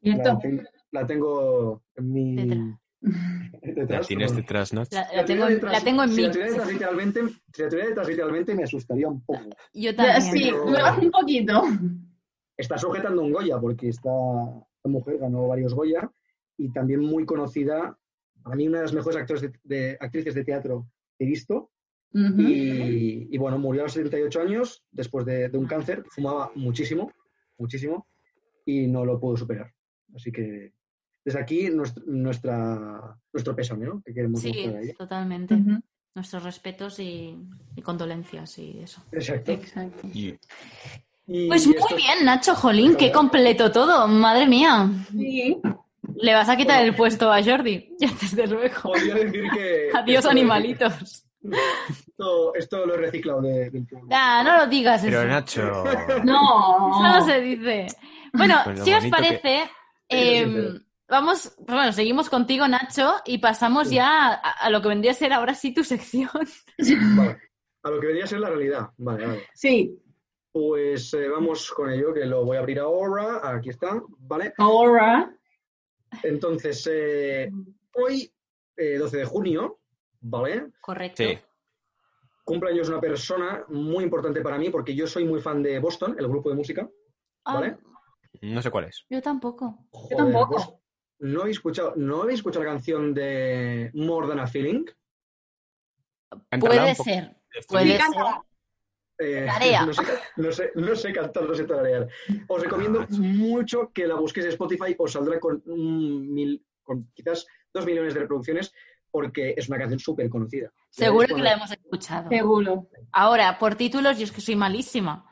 Speaker 6: La,
Speaker 4: ¿Cierto?
Speaker 6: ten- la tengo en mi...
Speaker 2: Detrás.
Speaker 6: detrás,
Speaker 3: La tienes
Speaker 6: perdón.
Speaker 3: detrás, Nacho.
Speaker 2: La,
Speaker 6: Si
Speaker 2: la tengo, en-
Speaker 6: detrás-
Speaker 2: la tengo en
Speaker 6: si
Speaker 2: mí.
Speaker 6: La tuviera detrás literalmente, si la tuviera detrás literalmente me asustaría un poco.
Speaker 2: Yo
Speaker 4: Ya,
Speaker 2: también.
Speaker 4: sí,
Speaker 6: Pero-
Speaker 4: no, un poquito.
Speaker 6: Está sujetando un Goya porque esta, esta mujer ganó varios Goya y también muy conocida. Para mí una de las mejores actores de- de- actrices de teatro que he visto.
Speaker 4: Ujú.
Speaker 6: Y, y, bueno, murió a los 78 años después de, de un cáncer. Fumaba muchísimo, muchísimo, y no lo pudo superar. Así que desde aquí nuestro, nuestra, nuestro pésame, ¿no? Que queremos
Speaker 2: Sí,
Speaker 6: mostrar a ella.
Speaker 2: totalmente.
Speaker 4: Ujú.
Speaker 2: Nuestros respetos y, y condolencias y eso.
Speaker 6: Exacto.
Speaker 4: Exacto.
Speaker 3: Y-
Speaker 6: Y
Speaker 2: Eh, Pues muy
Speaker 6: esto-
Speaker 2: bien, Nacho Jolín, qué completo todo, madre mía.
Speaker 4: Sí.
Speaker 2: Le vas a quitar el puesto a Jordi, ya desde luego.
Speaker 6: Podría decir que.
Speaker 2: Adiós,
Speaker 6: esto-
Speaker 2: animalitos.
Speaker 6: Esto, esto lo he reciclado de- del programa.
Speaker 2: Ah, no lo digas
Speaker 3: Pero
Speaker 2: eso.
Speaker 3: Nacho.
Speaker 4: No.
Speaker 2: Eso no se dice. Bueno,
Speaker 3: Pues lo
Speaker 2: si os
Speaker 3: bonito que-
Speaker 2: parece,
Speaker 6: Eso
Speaker 2: em,
Speaker 6: siempre.
Speaker 2: vamos, bueno, seguimos contigo, Nacho, y pasamos
Speaker 6: Sí.
Speaker 2: ya a, a lo que vendría a ser ahora sí tu sección.
Speaker 6: Vale. A lo que debería ser la realidad. Vale, vale.
Speaker 4: Sí.
Speaker 6: Pues eh, vamos con ello, que lo voy a abrir ahora. Aquí está, ¿vale?
Speaker 4: Ahora.
Speaker 6: Entonces, eh, hoy, eh, 12 de junio, ¿vale?
Speaker 2: Correcto.
Speaker 3: Sí.
Speaker 6: Cumpleaños una persona muy importante para mí porque yo soy muy fan de Boston, el grupo de música.
Speaker 2: Ah,
Speaker 6: Vale.
Speaker 3: No sé cuál es.
Speaker 2: Yo tampoco.
Speaker 6: Joder,
Speaker 4: tampoco.
Speaker 6: Bos- No habéis escuchado, no habéis escuchado la canción de More Than a Feeling.
Speaker 3: Cántala
Speaker 2: Puede
Speaker 3: un poco.
Speaker 2: ser,
Speaker 4: Sí,
Speaker 2: puede ser.
Speaker 4: cántala.
Speaker 6: Eh,
Speaker 2: Tarea.
Speaker 6: No sé, no, sé, no sé cantar, no sé tararear. Os recomiendo mucho que la busquéis en Spotify, os saldrá con, un mil, con quizás dos millones de reproducciones porque es una canción súper conocida.
Speaker 2: Seguro que la hemos escuchado.
Speaker 4: Seguro.
Speaker 2: Ahora, por títulos, yo es que soy malísima.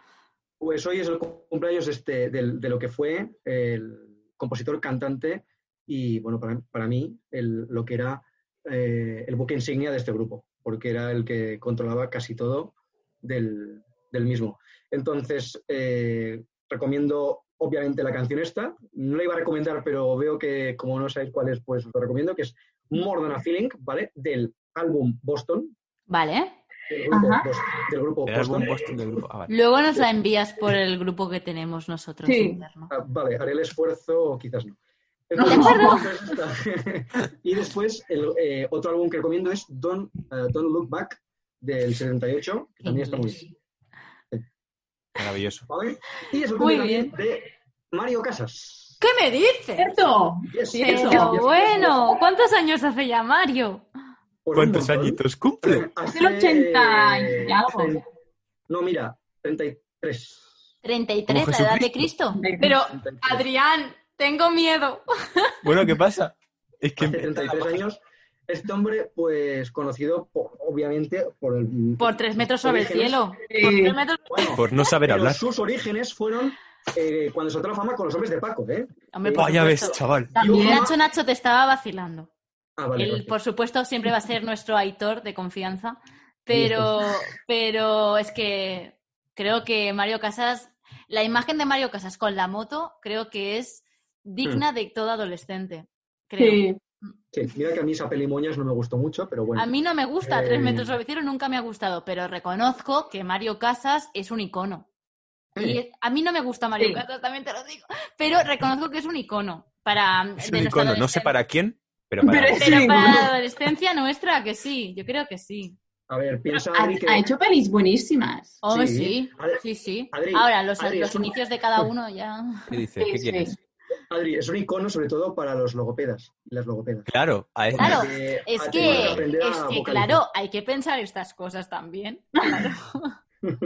Speaker 6: Pues hoy es el cumpleaños este, del- de, lo que fue el compositor, cantante y, bueno, para, para mí, el- lo que era eh, el buque insignia de este grupo, porque era el que controlaba casi todo del, del mismo. Entonces, eh, recomiendo obviamente la canción esta. No la iba a recomendar, pero veo que como no sabéis cuál es, pues os lo recomiendo, que es More Than a Feeling, ¿vale? Del álbum Boston,
Speaker 2: Vale.
Speaker 6: del grupo,
Speaker 4: Ajá.
Speaker 6: Bos- del grupo
Speaker 3: Del
Speaker 6: Boston.
Speaker 3: álbum Boston del grupo. Ah, vale.
Speaker 2: Luego nos la envías por el grupo que tenemos nosotros.
Speaker 4: Sí.
Speaker 2: interno.
Speaker 6: Ah, vale, haré el esfuerzo o quizás no.
Speaker 4: No.
Speaker 6: entonces está. y después, el, eh, otro álbum que recomiendo es Don't, eh, Don't Look Back del 78, que también está muy bien.
Speaker 3: Maravilloso.
Speaker 6: ¿vale? Y es el
Speaker 2: Muy
Speaker 6: también de Mario Casas.
Speaker 7: ¿Qué me dices?
Speaker 4: ¿Cierto?
Speaker 6: Sí, eso.
Speaker 2: Pero bueno, ¿cuántos años hace ya Mario?
Speaker 6: Pues un
Speaker 3: ¿Cuántos
Speaker 6: montón.
Speaker 3: añitos cumple?
Speaker 6: Hace-
Speaker 4: el 80 y algo.
Speaker 6: No, mira, 33.
Speaker 2: 33,
Speaker 3: Como
Speaker 2: la edad de
Speaker 3: Jesucristo.
Speaker 2: Cristo.
Speaker 7: Pero, Adrián, tengo miedo.
Speaker 3: Bueno, ¿qué pasa? Es que
Speaker 6: hace 33 años. Este hombre, pues conocido por- obviamente por el.
Speaker 2: Por tres metros sobre el
Speaker 6: orígenes-
Speaker 2: cielo.
Speaker 4: Sí.
Speaker 2: Por tres metros.
Speaker 6: Bueno,
Speaker 3: por no saber
Speaker 6: pero
Speaker 3: hablar.
Speaker 6: sus orígenes fueron eh, cuando saltó la fama con los hombres de Paco, ¿eh?
Speaker 2: Hombre, por
Speaker 3: Vaya Ah, ves,
Speaker 2: supuesto.
Speaker 3: chaval.
Speaker 4: También
Speaker 6: Yo-
Speaker 2: Nacho, Nacho, te estaba vacilando.
Speaker 6: Ah, vale.
Speaker 2: Él,
Speaker 6: perfecto.
Speaker 2: por supuesto, siempre va a ser nuestro Aitor de confianza, pero, pero es que creo que Mario Casas, la imagen de Mario Casas con la moto, creo que es digna de todo adolescente. Creo.
Speaker 4: Sí.
Speaker 6: pues, Sí, mira que a mí esa pelimoñas no me gustó mucho, pero bueno.
Speaker 2: A mí no me gusta, tres
Speaker 6: Eh.
Speaker 2: metros sobre el cielo nunca me ha gustado, pero reconozco que Mario Casas es un icono. Y
Speaker 6: Sí.
Speaker 2: es- a mí no me gusta Mario
Speaker 4: Sí.
Speaker 2: Casas, también te lo digo, pero reconozco que es un icono para
Speaker 3: Es
Speaker 2: de
Speaker 3: un
Speaker 2: nuestra
Speaker 3: icono, no sé
Speaker 2: adolescencia.
Speaker 3: para quién, pero para
Speaker 4: Pero-
Speaker 2: Pero
Speaker 4: Sí,
Speaker 2: para
Speaker 4: ¿no?
Speaker 2: la adolescencia nuestra que sí, yo creo que sí.
Speaker 6: A ver, piensa
Speaker 4: Ha,
Speaker 6: Adri que.
Speaker 4: ha hecho pelis buenísimas.
Speaker 2: Hombre,
Speaker 6: Sí.
Speaker 2: Oh, sí,
Speaker 6: Adri-
Speaker 2: sí, sí.
Speaker 6: Adri,
Speaker 2: Ahora, los,
Speaker 6: Adri,
Speaker 2: los
Speaker 6: es un-
Speaker 2: inicios de cada uno ya.
Speaker 3: ¿Qué dices? ¿Qué
Speaker 4: Sí, sí.
Speaker 3: quieres?
Speaker 6: Adri, es un icono sobre todo para los logopedas y las logopedas.
Speaker 3: Claro, a él.
Speaker 2: Claro,
Speaker 6: Porque
Speaker 2: Es
Speaker 6: ha tenido
Speaker 2: que,
Speaker 6: aprender a
Speaker 2: es que
Speaker 6: vocalizar.
Speaker 2: claro, hay que pensar estas cosas también. claro.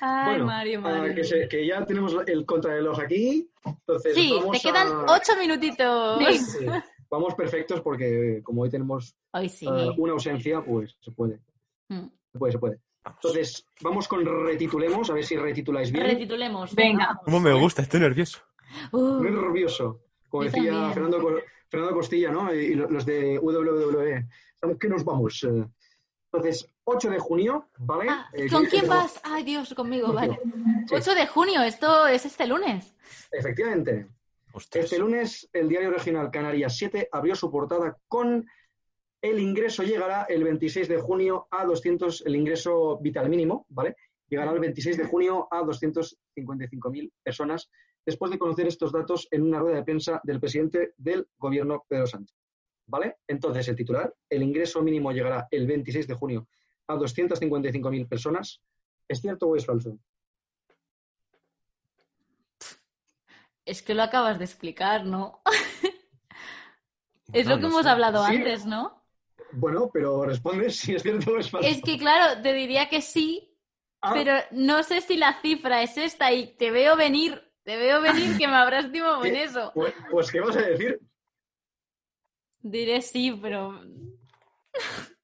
Speaker 2: Ay,
Speaker 6: Bueno,
Speaker 2: Mario,
Speaker 6: Ah,
Speaker 2: Mario.
Speaker 6: que, se- que ya tenemos el contrarreloj aquí. Entonces,
Speaker 2: Sí,
Speaker 6: vamos
Speaker 2: te quedan
Speaker 6: a-
Speaker 2: ocho minutitos.
Speaker 4: Sí.
Speaker 6: Sí, Vamos perfectos porque como hoy tenemos
Speaker 2: Hoy sí.
Speaker 6: ah, una ausencia, pues se puede.
Speaker 2: Mm.
Speaker 6: Se puede, se puede. Entonces, vamos con retitulemos, a ver si retituláis bien.
Speaker 2: Retitulemos.
Speaker 4: Venga.
Speaker 3: ¿Cómo me gusta? Estoy nervioso.
Speaker 2: Uh,
Speaker 6: Muy ¿eh? nervioso. Como
Speaker 2: Yo
Speaker 6: decía
Speaker 2: también.
Speaker 6: Fernando, Co- Fernando Costilla, ¿no? Y y lo- los de WWE. ¿Sabes qué nos vamos? Eh, Entonces, 8 de junio, ¿vale?
Speaker 2: ah,
Speaker 6: Eh,
Speaker 2: ¿Con
Speaker 6: yo-
Speaker 2: quién
Speaker 6: yo-
Speaker 2: vas? Ay, Dios, conmigo, vale.
Speaker 6: Sí,
Speaker 2: 8 de junio, esto es este lunes.
Speaker 6: efectivamente.
Speaker 3: Ostras.
Speaker 6: Este lunes, el diario regional Canarias 7 abrió su portada con el ingreso llegará el 26 de junio a 200, el ingreso vital mínimo, ¿vale? Llegará el 26 de junio a 255.000 personas después de conocer estos datos en una rueda de prensa del presidente del gobierno Pedro Sánchez, ¿vale? Entonces, el titular, el ingreso mínimo llegará el 26 de junio a 255.000 personas. ¿Es cierto o es falso?
Speaker 2: Es que lo acabas de explicar, ¿no? es
Speaker 3: No,
Speaker 2: lo que
Speaker 3: no
Speaker 2: hemos
Speaker 3: sé.
Speaker 2: hablado
Speaker 6: Ah, Sí.
Speaker 2: antes, ¿no?
Speaker 6: Bueno, pero responde si es cierto o es falso.
Speaker 2: Es que claro, te diría que sí,
Speaker 6: Ah.
Speaker 2: pero no sé si la cifra es esta y te veo venir, te veo venir que me habrás dicho con
Speaker 6: ¿Qué?
Speaker 2: eso.
Speaker 6: Pues, pues, ¿qué vas a decir?
Speaker 2: Diré sí, pero...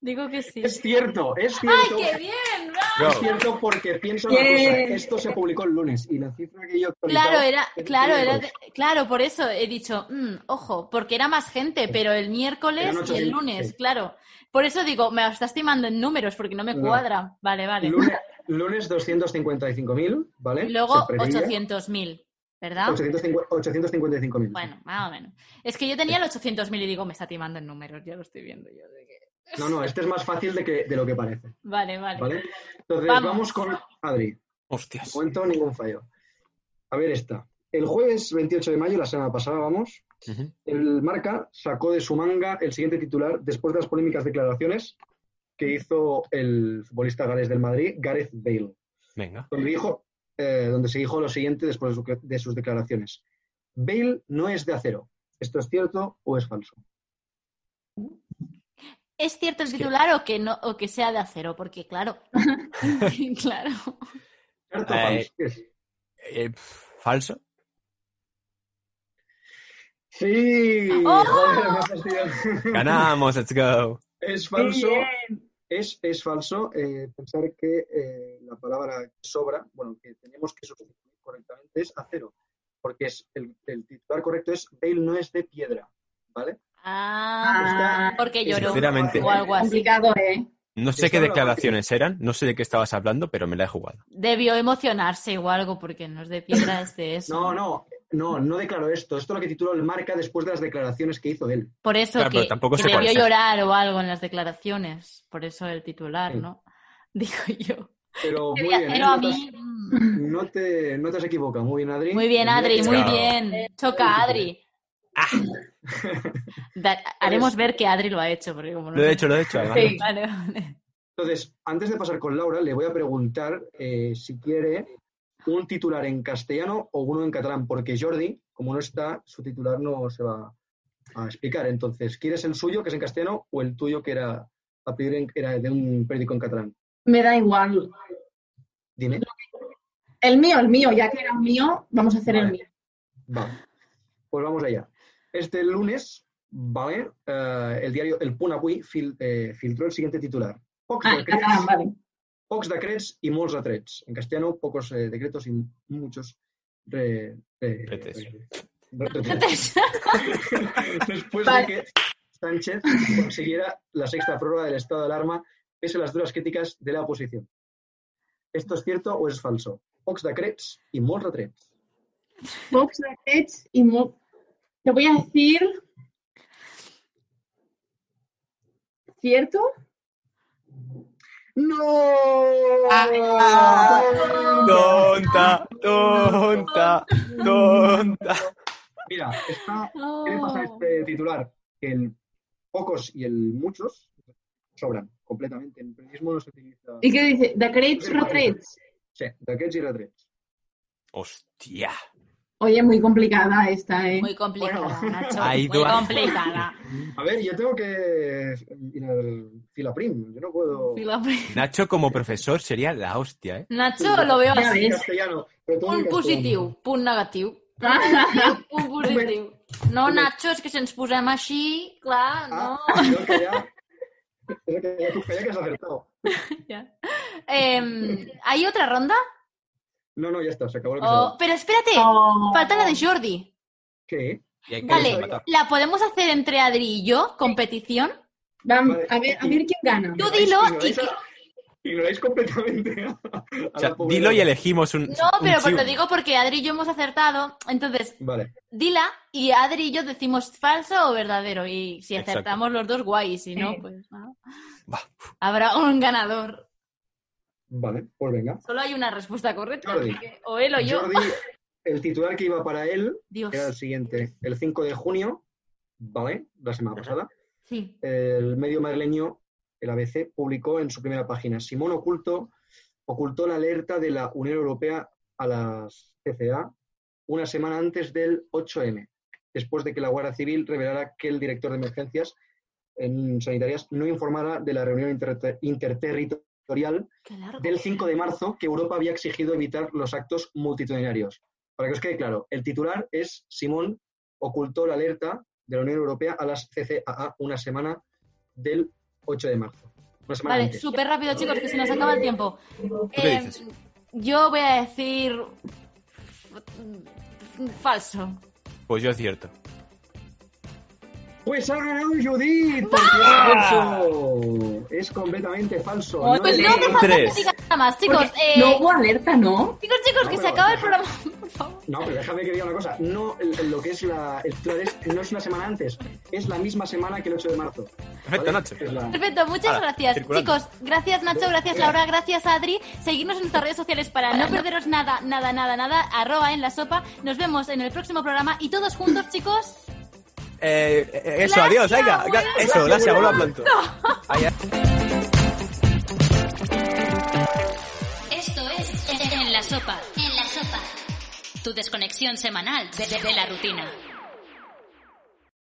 Speaker 2: Digo que sí.
Speaker 6: Es cierto, es
Speaker 2: ¡Ay,
Speaker 6: cierto.
Speaker 2: qué bien! ¡Bravo!
Speaker 3: Bro,
Speaker 6: Es cierto porque pienso una cosa,
Speaker 4: Bien.
Speaker 6: esto se publicó el lunes y la cifra que yo este actualizaba-
Speaker 2: Claro, era,
Speaker 6: es
Speaker 2: claro,
Speaker 6: que-
Speaker 2: era, de- claro, por eso he dicho, mm, ojo, porque era más gente, pero el miércoles
Speaker 6: Eran
Speaker 2: y el
Speaker 6: 800,
Speaker 2: lunes,
Speaker 6: sí.
Speaker 2: claro. Por eso digo, me está estimando en números porque no me
Speaker 6: No.
Speaker 2: cuadra. Vale, vale.
Speaker 6: lunes, lunes 255.000, ¿vale?
Speaker 2: Y luego
Speaker 6: Se preveía
Speaker 2: 800.000, ¿verdad?
Speaker 6: 850 855.000.
Speaker 2: Bueno, más o menos. Es que yo tenía el 800.000 y digo, me está timando en números, ya lo estoy viendo yo. de que-
Speaker 6: No, no, este es más fácil de, que, de lo que parece,
Speaker 2: Vale, vale.
Speaker 6: ¿vale? Entonces
Speaker 2: Vamos.
Speaker 6: vamos, con Adri.
Speaker 3: hostias.
Speaker 6: Cuento ningún fallo. A ver esta. El jueves 28 de mayo, la semana pasada, vamos,
Speaker 3: Ujú.
Speaker 6: El Marca sacó de su manga el siguiente titular después de las polémicas declaraciones que hizo el futbolista galés del Madrid, Gareth Bale,
Speaker 3: Venga.
Speaker 6: donde, dijo, eh, donde se dijo lo siguiente después de, su- de sus declaraciones. Bale no es de acero. ¿Esto es cierto o es falso?
Speaker 2: ¿Es cierto el titular o, que no, o que sea de acero? Porque claro, claro.
Speaker 6: ¿Cierto o
Speaker 3: Eh,
Speaker 6: falso? ¿Qué es?
Speaker 3: Eh, pf, ¿Falso?
Speaker 6: Sí,
Speaker 2: ¡Oh!
Speaker 6: joder, me ha fastidiado.
Speaker 3: Ganamos, let's go.
Speaker 6: es falso.
Speaker 4: Bien.
Speaker 6: Es, es falso eh, pensar que eh, la palabra que sobra, bueno, que tenemos que sustituir correctamente es acero, porque es el, el titular correcto es Bale no es de piedra, ¿vale?
Speaker 2: Ah,
Speaker 4: Ah,
Speaker 2: porque lloró.
Speaker 3: Sinceramente.
Speaker 2: O algo así.
Speaker 4: complicado, ¿eh?
Speaker 3: No sé
Speaker 6: Eso
Speaker 3: qué
Speaker 6: era
Speaker 3: declaraciones eran, no sé de qué estabas hablando, pero me la he jugado.
Speaker 2: Debió emocionarse o algo porque no es de piedra es de eso.
Speaker 6: No, no, no, no declaro esto. Esto es lo que tituló el marca después de las declaraciones que hizo él.
Speaker 2: Por eso
Speaker 3: Claro,
Speaker 2: que,
Speaker 3: pero tampoco
Speaker 2: que
Speaker 3: sé cuál
Speaker 2: debió
Speaker 3: es.
Speaker 2: llorar o algo en las declaraciones. Por eso el titular,
Speaker 6: Sí.
Speaker 2: ¿no? Digo yo.
Speaker 6: Pero
Speaker 2: De
Speaker 6: muy bien, ¿eh?
Speaker 2: acero a
Speaker 6: no, te
Speaker 2: mí.
Speaker 6: has, no te- no te has equivocado. Muy bien, Adri.
Speaker 2: Muy bien, Adri, muy
Speaker 3: Claro.
Speaker 2: bien. Choca, Adri. Da- haremos ver que Adri lo ha hecho, porque como no
Speaker 3: Lo he
Speaker 2: sé-
Speaker 3: hecho, lo he hecho. además.
Speaker 4: Sí.
Speaker 2: Vale, vale.
Speaker 6: Entonces, antes de pasar con Laura, le voy a preguntar eh, si quiere un titular en castellano o uno en catalán, porque Jordi, como no está, su titular no se va a explicar. Entonces, ¿quieres el suyo, que es en castellano, o el tuyo, que era, a pedir en- era de un periódico en catalán?
Speaker 4: Me da igual.
Speaker 6: Dime.
Speaker 4: El mío, el mío, ya que era mío, vamos a hacer el
Speaker 6: Vale.
Speaker 4: mío.
Speaker 6: Vale. Pues vamos allá. Este lunes, ¿vale? Eh, el diario El Punt Avui fil- eh, filtró el siguiente titular. Pocs
Speaker 4: Ah, en
Speaker 6: decrets,
Speaker 4: catalán, vale.
Speaker 6: pocs decrets i molts retrets. En castellano, pocos eh, decretos y muchos re- re-
Speaker 3: Retes.
Speaker 6: re- retrets. Después
Speaker 4: Vale.
Speaker 6: de que Sánchez consiguiera la sexta prórroga del estado de alarma, pese a las duras críticas de la oposición. ¿Esto es cierto o es falso? Pocs decrets y molts retrets.
Speaker 4: Box Rackets y Mo... Te voy a decir... ¿Cierto?
Speaker 6: ¡No! Ah.
Speaker 3: Tonta, tonta, tonta.
Speaker 6: Mira, está, ¿qué le pasa a
Speaker 2: Oh.
Speaker 6: este titular? Que el pocos y el muchos sobran completamente. En periodismo no se utiliza...
Speaker 4: ¿Y qué dice? Decrets, retrets.
Speaker 6: Sí, d'aquests i retrets.
Speaker 3: Hostia.
Speaker 4: Oye, muy complicada esta, ¿eh?
Speaker 2: Muy complicada,
Speaker 6: Bueno.
Speaker 2: Nacho.
Speaker 3: Ahí
Speaker 2: muy
Speaker 3: tú has-
Speaker 2: complicada.
Speaker 6: A ver, yo tengo que ir al filaprim. Yo no puedo...
Speaker 3: Nacho como profesor sería la hostia, ¿eh?
Speaker 2: Nacho, lo veo
Speaker 4: Ya
Speaker 2: así.
Speaker 4: ves.
Speaker 6: En castellano. Pero todo en
Speaker 2: Punt
Speaker 6: castellano.
Speaker 2: positiu, punt negatiu. Punt positiu. No, Nacho, és que si ens posem així, clar,
Speaker 6: Ah,
Speaker 2: no...
Speaker 6: creo que ya... Creo que ya tú creías que has acertado.
Speaker 2: Em, ¿Hay otra ronda?
Speaker 6: No, no, ya está, se acabó el
Speaker 2: O-
Speaker 6: episodio.
Speaker 2: Pero espérate,
Speaker 4: Oh.
Speaker 2: falta la de Jordi.
Speaker 6: ¿Qué?
Speaker 3: Y hay que
Speaker 2: Vale,
Speaker 3: matar.
Speaker 2: ¿la podemos hacer entre Adri y yo? ¿Competición?
Speaker 4: Vamos,
Speaker 6: Vale.
Speaker 4: a ver, a ver quién gana.
Speaker 2: Tú dilo y...
Speaker 6: Ignoráis, a- ignoráis completamente a, a
Speaker 3: O sea,
Speaker 6: la pobre-
Speaker 3: dilo y elegimos un.
Speaker 2: No,
Speaker 3: un
Speaker 2: pero
Speaker 3: chivo.
Speaker 2: te digo porque Adri y yo hemos acertado. Entonces,
Speaker 6: Vale,
Speaker 2: dila y Adri y yo decimos falso o verdadero. Y si
Speaker 3: Exacto.
Speaker 2: acertamos los dos, guay. Y si no,
Speaker 4: Sí.
Speaker 2: pues no.
Speaker 3: Va.
Speaker 2: habrá un ganador.
Speaker 6: vale, pues venga.
Speaker 2: Solo hay una respuesta correcta.
Speaker 6: Jordi.
Speaker 2: así que O él o yo.
Speaker 6: Jordi, el titular que iba para él
Speaker 2: Dios.
Speaker 6: era el siguiente. El 5 de junio, ¿vale? La semana pasada,
Speaker 2: Sí.
Speaker 6: el medio madrileño, el ABC, publicó en su primera página, Simón oculto, ocultó la alerta de la Unión Europea a las CCA una semana antes del 8M, después de que la Guardia Civil revelara que el director de emergencias en sanitarias no informara de la reunión inter- interterritorial
Speaker 2: Qué largo.
Speaker 6: del 5 de marzo que Europa había exigido evitar los actos multitudinarios. Para que os quede claro, el titular es Simón ocultó la alerta de la Unión Europea a las CCAA una semana del 8 de marzo. Una semana
Speaker 2: Vale,
Speaker 6: antes.
Speaker 2: súper rápido, chicos, que se nos acaba el tiempo.
Speaker 3: qué
Speaker 2: Eh,
Speaker 3: dices?
Speaker 2: yo voy a decir. Falso.
Speaker 3: Pues yo acierto.
Speaker 6: Pues ha ganado Judith. porque es falso. Es completamente falso.
Speaker 4: Ole.
Speaker 2: ¡Ah! Pues no
Speaker 6: es-
Speaker 2: hace falta
Speaker 3: Tres.
Speaker 2: que digas nada más, chicos.
Speaker 4: Porque
Speaker 2: eh,
Speaker 4: No hubo alerta, ¿no?
Speaker 2: Chicos, chicos,
Speaker 6: No,
Speaker 2: que se
Speaker 6: pero-
Speaker 2: acaba el programa. Por favor.
Speaker 6: No, pero déjame que diga una cosa. No, el- lo que es la, el titular es- no es una semana antes. Es la misma semana que el 8 de marzo.
Speaker 3: Perfecto,
Speaker 6: ¿Vale?
Speaker 3: Nacho.
Speaker 6: Es la-
Speaker 2: Perfecto, muchas
Speaker 3: Ahora,
Speaker 2: gracias.
Speaker 3: circulando. eh,
Speaker 2: Chicos, gracias Nacho, gracias Laura, gracias Adri. Seguidnos en nuestras redes sociales para no perderos nada, nada, nada, nada. Arroba en la sopa. Nos vemos en el próximo programa y todos juntos, chicos.
Speaker 3: Eh, eh, eso,
Speaker 2: Gracias,
Speaker 3: adiós, venga.
Speaker 2: abuelo.
Speaker 3: Eso, gracias, vuelvo a pronto.
Speaker 1: Esto es En la Sopa. En la Sopa. Tu desconexión semanal de, de- de la rutina.